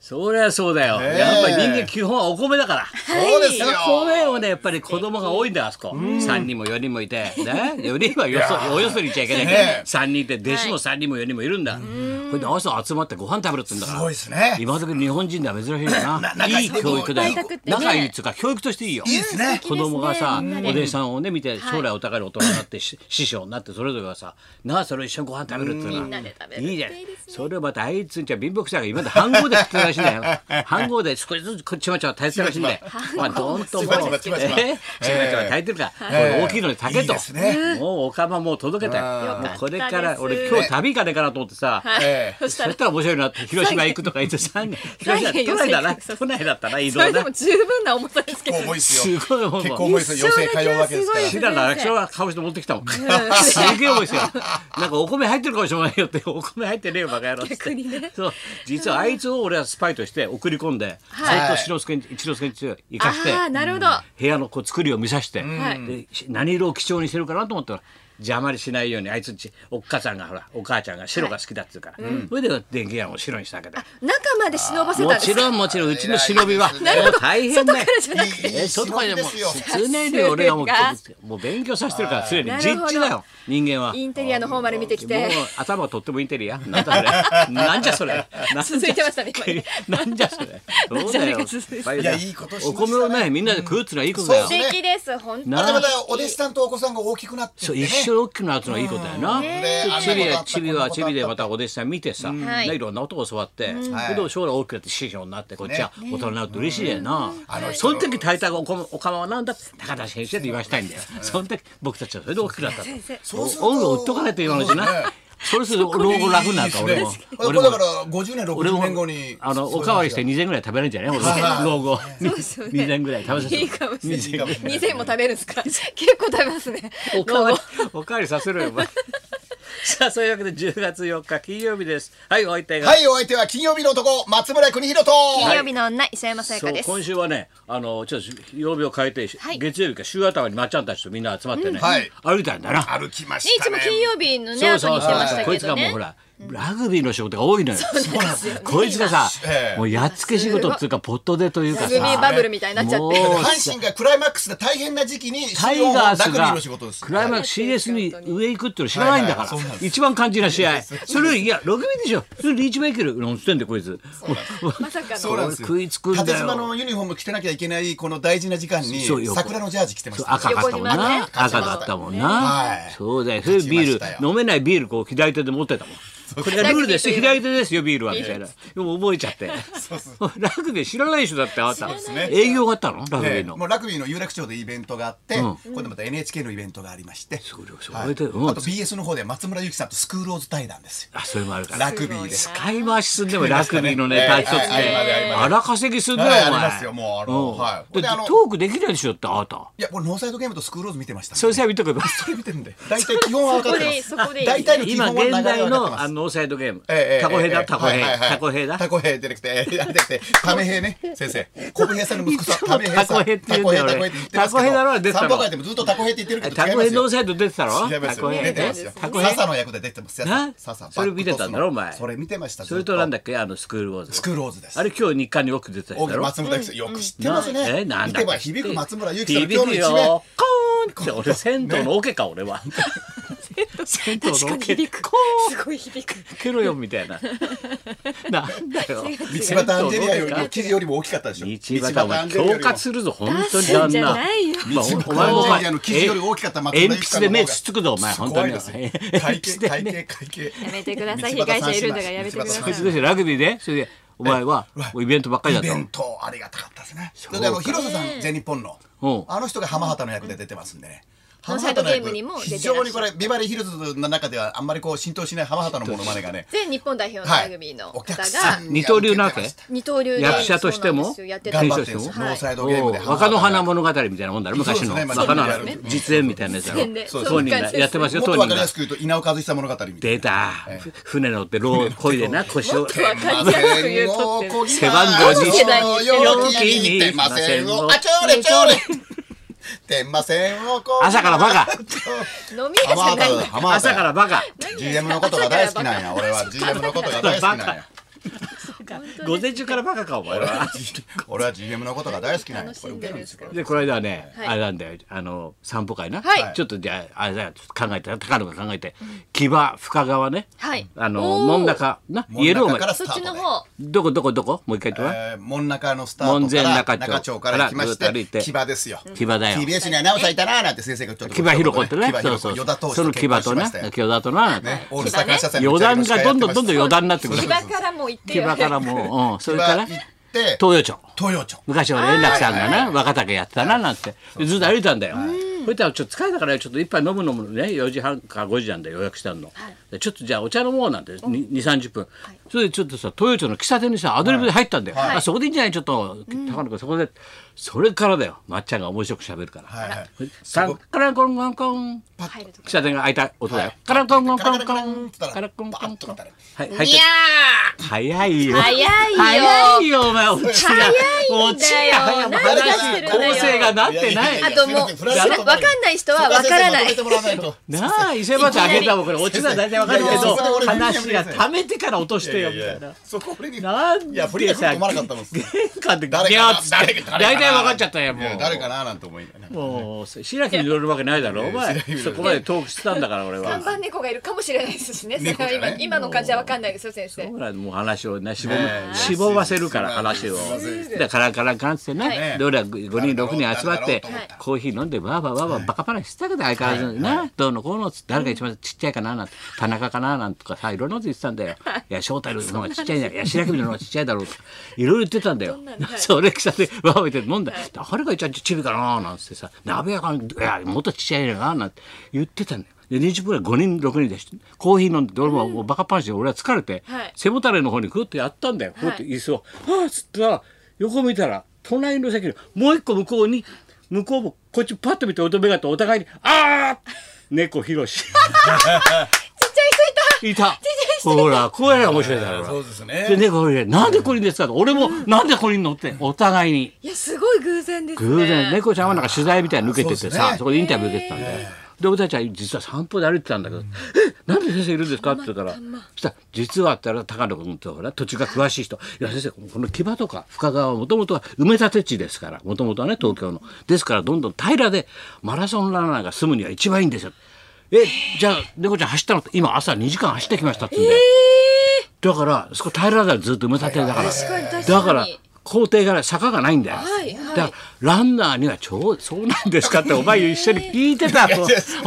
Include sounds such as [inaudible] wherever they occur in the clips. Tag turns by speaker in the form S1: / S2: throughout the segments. S1: そりゃそうだよ、
S2: ねえ
S1: やっぱり人間基本はお米だから
S2: そうですよ
S1: やっぱ米をねやっぱり子供が多いんだよあそこ、三3人も4人もいて、ね、4人はよそおよそにいちゃいけないけど、
S2: ねえ
S1: 3人いて弟子も3人も4人もいるんだ、これで朝集まってご飯食べるっつうんだか
S2: す
S1: ら
S2: ごいですね。
S1: 今時の日本人では珍しいよな
S2: な仲
S1: い
S2: い
S1: い
S2: い
S1: 教育だよ
S3: 大学ってね
S1: 仲いいっつうか教育としていいよ
S2: いいですね。
S1: 子供がさ、
S3: みんな
S1: お
S3: で
S1: 弟子さんをね見て将来お互いの大人になって、し [coughs] 師匠になってそれぞれがさなあそれを一緒にご飯食べるっていうのは
S3: みんなで食べる
S1: いいじゃん
S3: いいですね
S1: それをまたあいつんちは貧乏くさいから今まで半合で食ってるらしいんだよ半合で少しずつこっちまちま炊いてるらしいんだよまあどんともう
S2: ちまちまちまちま
S1: えーちまちま炊いてるから、
S2: はい
S1: もう大きいのに炊けと
S2: いいですね
S1: もうおかまもう届けたよ
S2: うん
S1: もうこれか
S3: よからったです
S1: 俺今日旅行かねえかなと思ってさ、
S3: はい
S2: ええ
S3: そし
S1: そ
S3: たら
S1: したら面白いなって広島行くとか言って
S3: [laughs]
S1: さ広島
S3: 大変
S1: 都内だな
S3: 予選
S1: 都内だったな移
S3: [laughs] そ
S1: 動
S3: れで
S1: な
S3: も十分な重さですけど
S2: 結構重いです
S1: す
S2: よ。
S1: ごいもう
S2: 結構重いですよ。
S3: 一生
S2: 養成通うわけですか
S1: [laughs]
S2: ら
S3: だけは。
S1: 知らない楽勝は顔して持ってきたもん。すげえ重いですよ。なんかお米入ってるかもしれないよって、お米入ってねえよ、バカ野郎って。
S3: 逆にね
S1: そう、実はあいつを俺はスパイとして送り込んで、ず
S3: はい
S1: っと志の輔に、一之輔に行かして
S3: あ。あなるほど、
S1: 部屋のこう作りを見さして、
S3: ん
S1: でし何色を基調にしてるかなと思ったら邪魔にしないようにあいつんちおっかさんがほらお母ちゃんが白が好きだっつうから、それで電源屋を白にしたわけだ
S3: 中まで忍ばせ
S1: も
S3: たんで
S1: ち
S3: す
S1: ろんもちろんうちの忍びはも
S2: なる
S1: う大変だよ
S3: 外からじゃなくて
S1: え外からでもう
S2: 忍びです
S1: 常に俺はもう [laughs] もう勉強させてるから常に
S3: なる
S1: 実
S3: ほど
S1: 地だよ人間は
S3: インテリアの方まで見てき
S1: もう
S3: て
S1: 頭がとってもインテリアなんだそれなんじゃそれなんじゃ
S3: 続いてましたね今ね
S1: [laughs] なんじゃそれそうだよ
S3: なんじゃそれが続いて
S2: いやいいことしま
S1: お
S2: したね
S1: 米をねみんなで食うっつうのはいいことだよ
S2: そう
S3: 素敵です本当に
S1: な
S2: またまたお弟子さんとお子さんが大きくなってって
S1: そう
S2: ね。
S1: 一緒に大きくなるってのはいいことだよな。で
S2: ね
S1: チビ
S2: あんなことあ
S1: は
S2: った
S1: チビ
S2: こんな
S1: は
S2: こと
S1: チビでまたお弟子さん見てさ、
S3: はい
S1: ねいろんな男教わって、それで将来大きくなって師匠になってこっちは大人になると嬉しいだよな。
S2: あの人
S1: その時大体おかおかまはなんだって高田先生と言わしたいんだよ。その時僕たちはそれで大きくなったと。
S2: そうすると
S1: 恩を売っとかないと今のうちな
S2: そうですね。
S1: それすると老後楽になるから俺も
S2: いいですね。
S1: 俺
S2: だ
S1: も
S2: から50年
S1: 俺
S2: 60
S1: も
S2: 年後に
S1: あのおかわりして
S2: そう
S1: 2膳ぐらい食べれるんじゃない俺
S2: はい
S1: 老後
S3: そうですよね
S1: 2膳ぐらい食べさせ
S3: いい
S1: て
S3: かもしれ
S2: いい
S3: な
S2: か
S3: い
S2: もしれない
S3: 2000も食べるんですか結構食べますね
S1: おかわり、おかわりさせろよ、お前。 [laughs] さあ、そういうわけで、10月4日金曜日です。はい、お相手が。
S2: はいお相手は金曜日の男松村邦弘と
S3: 金曜日の女石山さや
S1: そ
S3: か
S1: う
S3: です
S1: 今週はね、あのちょっと曜日を変えて、
S3: はい
S1: 月曜日か週あたりにまっちゃんたちとみんな集まってね、
S2: はい
S1: 歩いたんだな。
S2: 歩きま
S3: ねい
S2: した
S3: つも
S2: ね。
S3: 金曜日のね
S1: そうそう
S3: 後にし
S1: そ
S3: て
S1: う
S3: ました
S1: こ
S3: け
S1: いつ
S3: ど
S1: がもう
S3: ね
S1: ほら、ラグビーの仕事が多いのよ。そうなんですよこいつがさ、
S2: ええ
S1: もうやっつけ仕事っていうか、ポットでというかさ。
S3: グミバブルみたいになっちゃって
S1: もう
S2: 阪神がクライマックスで大変な時期に
S1: タイガース
S2: ラグビー
S1: が
S2: の仕事です。
S1: クライマックス CS に上行くっての知らないんだか
S2: はいはいそうなんです
S1: ら一番肝心な試合それよりいや6ミリでしょそれリーチマイケルなんつってんでこいつ
S3: まさか
S2: そ
S3: の
S2: うなんですよ
S1: 食いつくんだよ
S2: 縦縞のユニフォーム着てなきゃいけないこの大事な時間に
S1: そうよ
S2: 桜のジャージ着てましたね、
S1: 赤かったもんな
S3: 横島ね
S1: 赤だったもん
S2: は
S1: ないそうだよそれビ
S2: 勝ちま
S1: ー
S2: した
S1: ル
S2: よ
S1: 飲めないビールこう左手で持ってたもんこれがルールですよ
S3: ラ
S1: 左手ですよビールはみたいなでも覚えちゃって
S2: そうそう
S1: ラグビー知らないでしょだってあなた
S2: すね
S1: 営業があったのラグビ
S2: ええ
S1: ーの
S2: もうラグビーの有楽町でイベントがあって、
S1: うん
S2: 今度また NHK のイベントがありまして、
S1: そう
S2: はい
S1: それでうん
S2: あと BS の方で松村ゆきさんとスクールオーズ対談ですよ
S1: あそれもあるから
S2: ラグビーで
S3: そ
S2: す
S3: う
S1: 使い回しすんでもラグビーのね、対
S2: はい
S1: 一つで
S2: はいはいはいはい、
S1: 荒稼ぎすんだよ、
S2: はい
S1: お前。
S2: ありますよもうあの
S1: ん
S2: はい
S1: だって
S2: であの
S1: トークできないでしょって、あなた。
S2: いやこれノーサイドゲームとスクールオーズ見てました
S1: それさえ見とけば。
S2: それ見てるんで大体基本は分かってま
S3: そこでそこです
S2: 大体の
S1: [laughs]
S2: 基
S1: 今
S2: 本は流
S1: 現
S2: れは分
S1: 代
S2: かって
S1: の
S2: ま
S1: あ
S2: す
S1: のノーサイドゲーム、
S2: ええ
S1: タコ兵
S2: え
S1: だ
S2: え
S1: タコ兵
S2: はいはい
S1: タコ兵だ
S2: タコ兵出てきて、ええ出てきて、タメ兵ね、先生。コブ兵さんの息子さん、タメ兵さん。
S1: タコ兵って言うんだよ俺
S2: タコ兵タコ
S1: タコ兵だ
S2: 兵って言ってますけど。
S1: ろ出てたの
S2: 三本会でもずっとタコ兵って言ってるけど、
S1: タコ
S2: 違
S1: 兵
S2: い
S1: ノー
S2: ますよ
S1: サイド出てたろ
S2: 違いま
S1: タ
S2: すよ
S1: コ兵
S2: 出てます
S1: ね
S2: よ。
S1: タ
S2: サ
S1: コ兵
S2: サの役で出てますよ。
S1: な
S2: ササ。
S1: それ見てたんだろお前
S2: それ見てました。
S1: それとなんだ
S2: っ
S1: っけあのスクールウォーズ
S2: スクールオーズです。
S1: あれ今日日刊によく出てたやつ
S2: 大
S1: だ
S2: き
S1: ろ
S2: 松村ゆきさん、よく知ってますね。
S1: えなん
S2: 見
S1: だ
S2: ては響く松村ゆきさんの
S1: 響
S2: 今
S1: く
S2: 日
S1: よ
S2: の一
S1: コ
S2: 面。
S1: ーンって俺銭湯のオケか俺は銭湯のオケコーン
S3: すごい響く
S1: ケロよみたいななんだ
S3: [laughs]
S1: よ
S2: 道端アンジェリアよりも記事よりも大きかったでしょ。
S1: 道端お前
S2: よ
S1: 恐
S2: りも
S1: 喝するぞ本当に
S3: 出す
S1: 旦
S3: んじゃ
S1: 那
S3: ないよ
S1: まあおお前もお
S2: 道端
S1: 前
S2: アンジェリアの記事より大きかった松
S1: 鉛
S2: 村ゆ
S1: 筆
S2: きさ
S1: で
S2: んの方が
S1: 目つっつくぞお前本当
S2: 怖い
S1: に
S2: ですね。会計会計会計。
S3: やめてください被害者いるんだからやめてくださ
S1: こい
S3: い
S1: つですよラグビーでそれでお前はもうイベントばっかりだ
S2: イ
S1: と
S2: ベントありがたかったですね。それであの広瀬さん全日本の
S1: うん
S2: あの人が浜畑の役で出てますんでね。
S3: ノー
S2: 浜
S3: サイド
S2: 畑
S3: ゲ
S2: の
S3: ー
S2: 役
S3: ムにも出てら
S2: 非
S3: っしゃる
S2: 常にこれビバリーヒルズの中ではあんまりこう浸透しない浜畑のモノマネがね。
S3: で日本代表のラグビーの
S2: お
S3: 方
S2: 客
S3: が
S2: さんが
S1: 二刀流なわけ
S2: 受けてました
S3: 二刀流で
S1: 役者としても
S3: そうなんですよ
S2: 頑
S3: やって
S2: 張
S3: た
S2: ってるんですよ。
S3: は
S2: ノ
S3: い
S2: ーサイドゲー
S1: お
S2: ム
S1: う
S2: で
S1: 若野花
S2: も
S1: 物語みたいなもんだろ昔の
S2: そうですねまあ
S1: 若野
S2: そうですね
S1: 実演みたいなやつだろ
S3: 実演で
S2: そう
S1: 当人
S3: そう
S1: が
S3: そう
S1: やってますよ
S2: っ
S1: 当
S2: とわ
S1: 人
S2: かり
S1: が
S2: やすく言うと稲尾和久物語みたいな。
S1: 出たふ船乗ってロー漕いで
S2: [laughs]
S1: な腰を
S3: わかりやすく言うとって
S1: 背番号に
S2: して容器にてませんをあちょれちょれ
S1: [laughs]
S2: てませんをこう
S1: 朝からバ
S2: [laughs]
S1: カ
S3: 飲み屋じゃないんだ
S2: 浜
S1: 朝
S2: 畑
S3: [laughs]
S1: からバカ
S2: GM のことが大好きなんや俺は GM のことが大好きなんや
S1: か
S3: 本当ですね
S1: 午前中からバカかお前
S2: 俺は
S1: は
S2: 俺は GM のことが大好きなんや
S3: 楽しんでるんですけど
S2: これウケるんですよ
S1: でこの間はね、
S3: はい
S1: あれなんだよあの散歩会な、
S3: はい
S1: ちょっとじゃああれだよちょっと考えて高野が考えて木場深川ね
S3: はい
S1: あの
S3: おー
S1: 門中な
S2: 門
S1: イエロー
S2: 中
S1: マ
S2: から
S1: ン
S2: ス
S3: そ
S2: タ
S3: っ
S2: ート
S3: ち
S2: で
S3: の方
S1: どこどこどこもう一回言っては、
S2: えー門中のスター
S1: 門
S2: ト
S1: 前
S2: から
S1: 中町
S2: 中町から行きまし
S1: からずーっと歩いて
S2: て木場ですよ
S1: 木場だよ
S2: TBS には直さいたなーなんて先生がちょっと
S1: 木場ひろ子ってね
S2: 木場ひ
S1: そ
S2: ろ
S1: う
S2: 子
S1: そう
S2: 与田投手
S1: その木場と
S2: ね
S1: な木場とな、
S2: ねオールスター感謝祭
S1: 余談がどんどんどんどん余談になってくる
S3: 木場からもう行って
S1: 木場からもう、うん、それ
S2: 木場
S1: から
S2: 行って
S1: 東洋町
S2: 東洋町
S1: 昔は円楽さんがな若竹やってたななんてでずっと歩いたんだよそしたらちょっと疲れたからちょっと一杯飲むのもね4時半か5時なんで予約したのでちょっとじゃあお茶飲もうなんて2 3 0分それでちょっとさ東洋町の喫茶店にさアドリブで入ったんだよあそこでいいんじゃないちょっと高野君そこでそれからだよまっちゃんが面白く喋るから
S2: はいはい
S1: 「カンカラコンコンコン」
S3: 入ると
S1: 喫茶店が開いた音だよ
S2: はい
S1: カラコンコンコン
S2: カ
S1: コ
S2: ラコン
S1: ン
S2: コン
S1: カラコンコンコン
S2: パッと入っ
S1: はい入
S3: い
S1: って
S3: や
S1: 早いよ
S3: ー早いよ
S1: 早いよお前落ちが
S3: 早いん
S1: 落ち
S3: だよ
S1: が早い
S3: 何
S1: 話
S3: してるんだよ
S1: 構成がなってない
S2: やや
S3: あともう
S2: すいません
S3: 知らわかんない人はわからない
S2: そこは先生にまとめてもらわないと
S1: なあ伊勢松あげたもんこれ落ちが大体わかるけ
S2: いやいや
S1: ど
S2: そこで俺
S1: 話がためてから落としてよみ
S2: い
S1: た
S2: や
S1: い
S2: い
S1: な
S2: や。そこ俺に
S1: なん
S2: いや振り
S1: で
S2: が振
S1: さ
S2: り込まなかったもん
S1: [laughs] 玄関でギ
S2: 誰
S1: ャー
S2: かな
S1: っつっ
S2: 誰
S1: て
S2: か誰
S1: 大体わかっちゃったよ
S2: い
S1: も
S2: や
S1: う
S2: 誰かななんて思いながら
S1: もう白木に乗るわけないだろお前
S2: 白木に乗る
S1: そこまでトークしてたんだから俺
S3: 看
S1: は
S3: 板猫がいるかもしれないですしね。それは
S2: 猫が
S3: 今
S2: ね
S3: 今の感じはわかんないですよ先生
S1: ほ。らもう話をね絞め
S2: ねえ
S1: 絞わせるから話を
S2: すいません
S1: だからカランカランって
S3: は
S1: ね
S2: い
S1: で俺は5人6人集まって
S2: はい
S1: コーヒー飲んでわーわーわーわーバカ話してたけど相変わらずなどうのこうのっつって誰が一番ちっちゃいかななんて田中かななんとかさいろんなこと言ってたんだよいや正太郎の方がちっちゃいんだよいや白首の方がちっちゃいだろうとかいろいろ言ってたんだよ
S3: んなんだはい
S1: それさでわーわー言って飲んだ誰が一番ちびかななんつってさ鍋屋かんいやもっとちっちゃいのかななんて言ってたんだよで20分ぐらい5人6人でしてコーヒー飲んで俺ももうバカパンチで俺は疲れて、
S3: はい
S1: 背もたれの方にグッとやったんだよ、
S3: はい
S1: グッと椅子を「はあ」っつったら横見たら隣の席のもう一個向こうに向こうもこっちパッと見て乙女がとお互いに「ああ!」猫ひろし
S3: ちっちゃい人いた。
S1: い [laughs] たほらこうやら面白いだ
S2: [laughs]
S1: ろほら
S2: そうですね
S1: で猫ひろしなんでこれにですかと俺もなんでこれに乗ってお互いに
S3: いやすごい偶然ですね。
S1: 偶然猫ちゃんはなんか取材みたいに抜けてて
S2: そうです
S1: さ
S2: ね
S1: そこでインタビュー受けてたんだよで俺たちは実は散歩で歩いてたんだけど「えなんで先生いるんですか?」って言ったら
S3: たまたま
S1: そしたら「実は」って言ったら高野君とほら土地が詳しい人「いや先生この木場とか深川はもともとは埋め立て地ですからもともとはね東京のですからどんどん平らでマラソンランナーが住むには一番いいんですよ」えじゃあ猫ちゃん走ったのって今朝2時間走ってきましたって言うんだよだからそこ平らだよずっと埋め立てだから
S3: 確かに確かに
S1: だから工程が坂がないんだよ、
S3: はいはい
S1: だからランナーにはちょうそうなんです
S3: [laughs]
S1: かってお前一緒に聞いてた、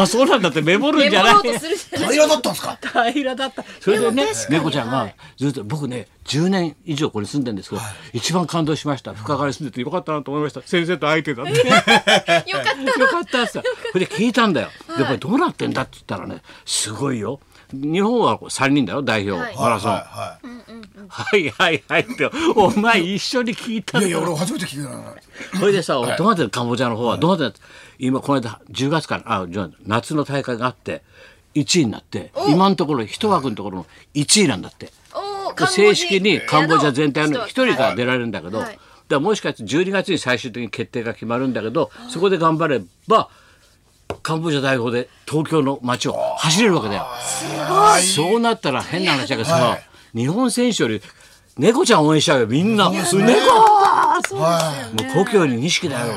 S1: あそうなんだってメモるんじゃない
S3: メモろうとするじゃない
S2: 平らだったんですか
S1: 平らだったそれでね
S3: でも確かに
S1: 猫ちゃん
S3: は
S1: が
S3: い
S1: ずっと僕ね10年以上ここに住んでるんですけど、一番感動しました深川に住んでてよかったなと思いました先生と会えてたんでよか [laughs]
S3: よかった。
S1: ったっつったそれで聞いたんだよ、でやっぱりどうなってんだって言ったらねすごいよ日本は3人だよ代表、
S3: はい
S1: マラソン、
S2: はいは
S1: は
S2: い
S1: いはいはいってお前一緒に聞いた
S2: い
S1: の
S2: やいや俺初めて聞くな
S1: それでさ、どうなってるかぼちゃの方はどうなってる今この間10月からあじゃあ夏の大会があって1位になって今のところ一枠のところの1位なんだって
S3: おー
S1: で正式にカンボジア全体の1人から出
S3: る。
S1: られるんだけど、
S3: はい
S1: だからもしかして12月に最終的に決定が決まるんだけどそこで頑張ればカンボジア代表で東京の街を走れるわけだよ。そうなったら変な話だけどさ、日本選手より猫ちゃん応援しちゃうよみんな。猫
S2: は
S1: もう故郷に錦だよ。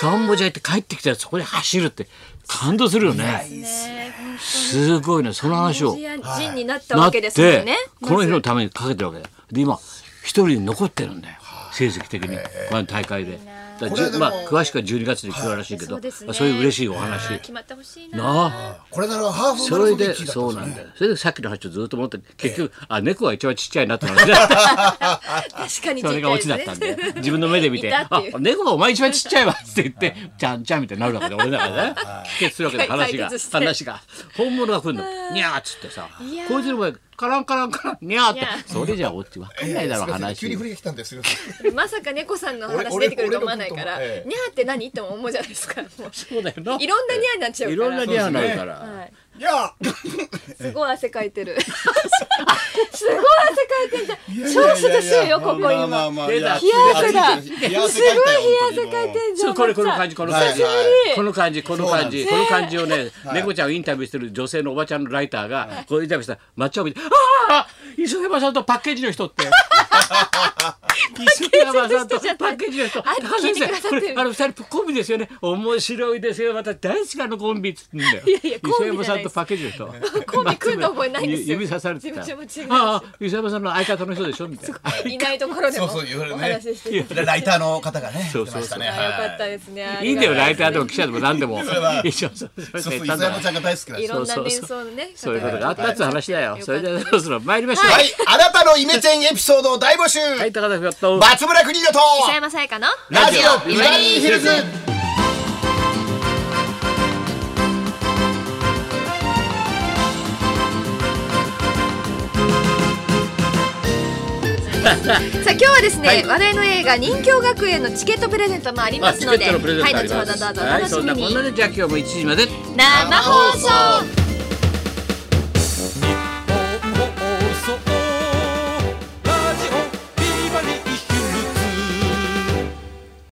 S1: カンボジア行って帰ってきたらそこで走るって感動するよね。
S3: ねえ
S1: すごいね、その話
S3: カン
S1: を
S3: ボジア人になった
S1: な
S3: わ
S1: っ
S3: けですよ
S1: て
S3: ね。、
S1: この日の
S3: まず
S1: ためにかけてるわけだよ。で、今、一人残ってるんだよ。成績的に、この大会で。だからじゅ
S2: これでも
S1: まあ、詳しくは12月に決まるらしいけど、
S3: そうですね
S1: そういう嬉しいお話
S3: あー。決まってほしいな。
S1: なあ。
S2: いこれならハーフマ
S1: そ
S2: ラソ
S1: れ
S2: ンで
S1: で、
S2: 1位だった
S1: そうなんん
S2: です
S1: だ
S2: ね
S1: よ。それでさっきの話をずっと持って、結局、あ、猫が一番ちっちゃいなって話だった。
S3: 確かに
S1: それがオチだったんで、自分の目で見て、
S3: いたっ
S1: あ
S3: ていう、
S1: 猫がお前一番ちっちゃいわって言って、ちゃんちゃんみたいになるわけで、俺だ
S3: [laughs]
S1: からね。帰結するわけで、話が
S3: 解決し、て
S1: 話が、本物が来るの、にゃーっつってさ
S3: いや、ー
S1: こいつの前、カランカランカラン、にゃーって
S3: にゃ、ー
S1: それじゃオチわかんないだろ、
S2: すいません急
S1: 話
S2: に振。りが来たんですよ
S3: まさか猫さんの話
S2: 俺
S3: 出てくると思わないか
S2: 俺
S3: ら、
S2: のこともええ
S3: にゃーって何って思うじゃないですか。もう
S1: そうだよな。
S3: いろんなにゃーになっちゃうから。
S1: いろんなにゃーになるか
S2: そう
S1: ら
S3: はい。
S2: いや
S3: すごい汗かいてる。すごい汗かいてんじゃん。超涼しいよ、ここ
S2: まあまあ
S3: 今。
S2: まあ
S1: 出た
S2: いや
S3: 冷や汗だ。
S2: 暑
S3: す
S2: い
S3: ご
S2: けど
S3: い冷
S2: 冷
S3: や
S2: や
S3: 汗
S2: 汗かいたよ
S3: かいてんじゃ
S1: そ
S3: ん。
S1: うこれこの感じこの感じ、
S2: はいはい
S1: [laughs] この感じこの感じ
S3: そう
S1: こ
S3: なん
S1: の感
S3: です
S1: じをね、猫ちゃんをインタビューしてる女性のおばちゃんのライターが、こうインタビューしたら抹茶を見 [laughs] て「ああ磯山さんとパッケージの人」って。 [laughs] 磯山さんとパッケージの人
S3: あ
S1: 高橋先
S3: 聞いてくださ
S1: 生こ
S3: ってる
S1: れあの二人コンビですよね面白いですよまた大好きなあのコンビっつってんだよ
S3: いやいやコ
S1: 磯
S3: ン
S1: 山
S3: ビじゃ
S1: さ
S3: ない
S1: ん
S3: で
S1: と
S3: す
S1: パッケージ [laughs] の人
S3: コンビ組んだ覚えないんですよ
S1: 指さされてた
S3: 事務所も違うし
S1: ああ磯山さんの相方の人でしょみ [laughs] たいない
S3: ないところでも
S2: そうそう言われる
S3: お
S2: ね
S3: 話ししてて。
S2: ライターの方がね
S1: そ
S2: 言
S1: う
S2: ってましたね
S3: あよか
S2: は
S3: ったですね。
S1: いいんだよ
S3: あ
S1: ラ
S3: り
S1: イタ
S3: が
S1: ーで
S3: とう
S1: も記者でも何で [laughs] も
S2: れは
S1: 磯山さんすいま
S2: い
S1: せ
S2: そ
S1: ん
S2: うそ
S1: 言
S2: う
S1: った
S2: 磯
S1: んだ
S2: 山ちゃんが大好きなん
S3: い
S2: です
S3: ろんな
S1: そうそう
S3: 連
S1: そう
S3: 想のね。
S1: そういうことがあったって話だよ。それで
S3: よ
S1: は
S3: かっ
S1: そろそろ参りましょう。
S2: はいあなたのイメチェンエピソードを大募集
S1: はい、高田君と。
S2: 松村邦洋と
S3: た磯山さやかの
S2: ラジオビバリーヒルズ
S3: さあ今日はですね、
S1: はい
S3: 話題の映画任侠学園のチケットプレゼントもあり
S1: まあ
S3: ます
S1: チ
S3: の
S1: ケッ
S3: で、
S1: トのプレゼン
S3: は
S1: ト
S3: い
S1: あ
S3: 後
S1: り
S3: ほ
S1: ま
S3: ど
S1: す。
S3: どうぞお
S1: はい、
S3: 楽し
S1: そん
S3: み
S1: なこんな
S3: に。
S1: でじゃあ今日も1時まで。
S3: 生放送。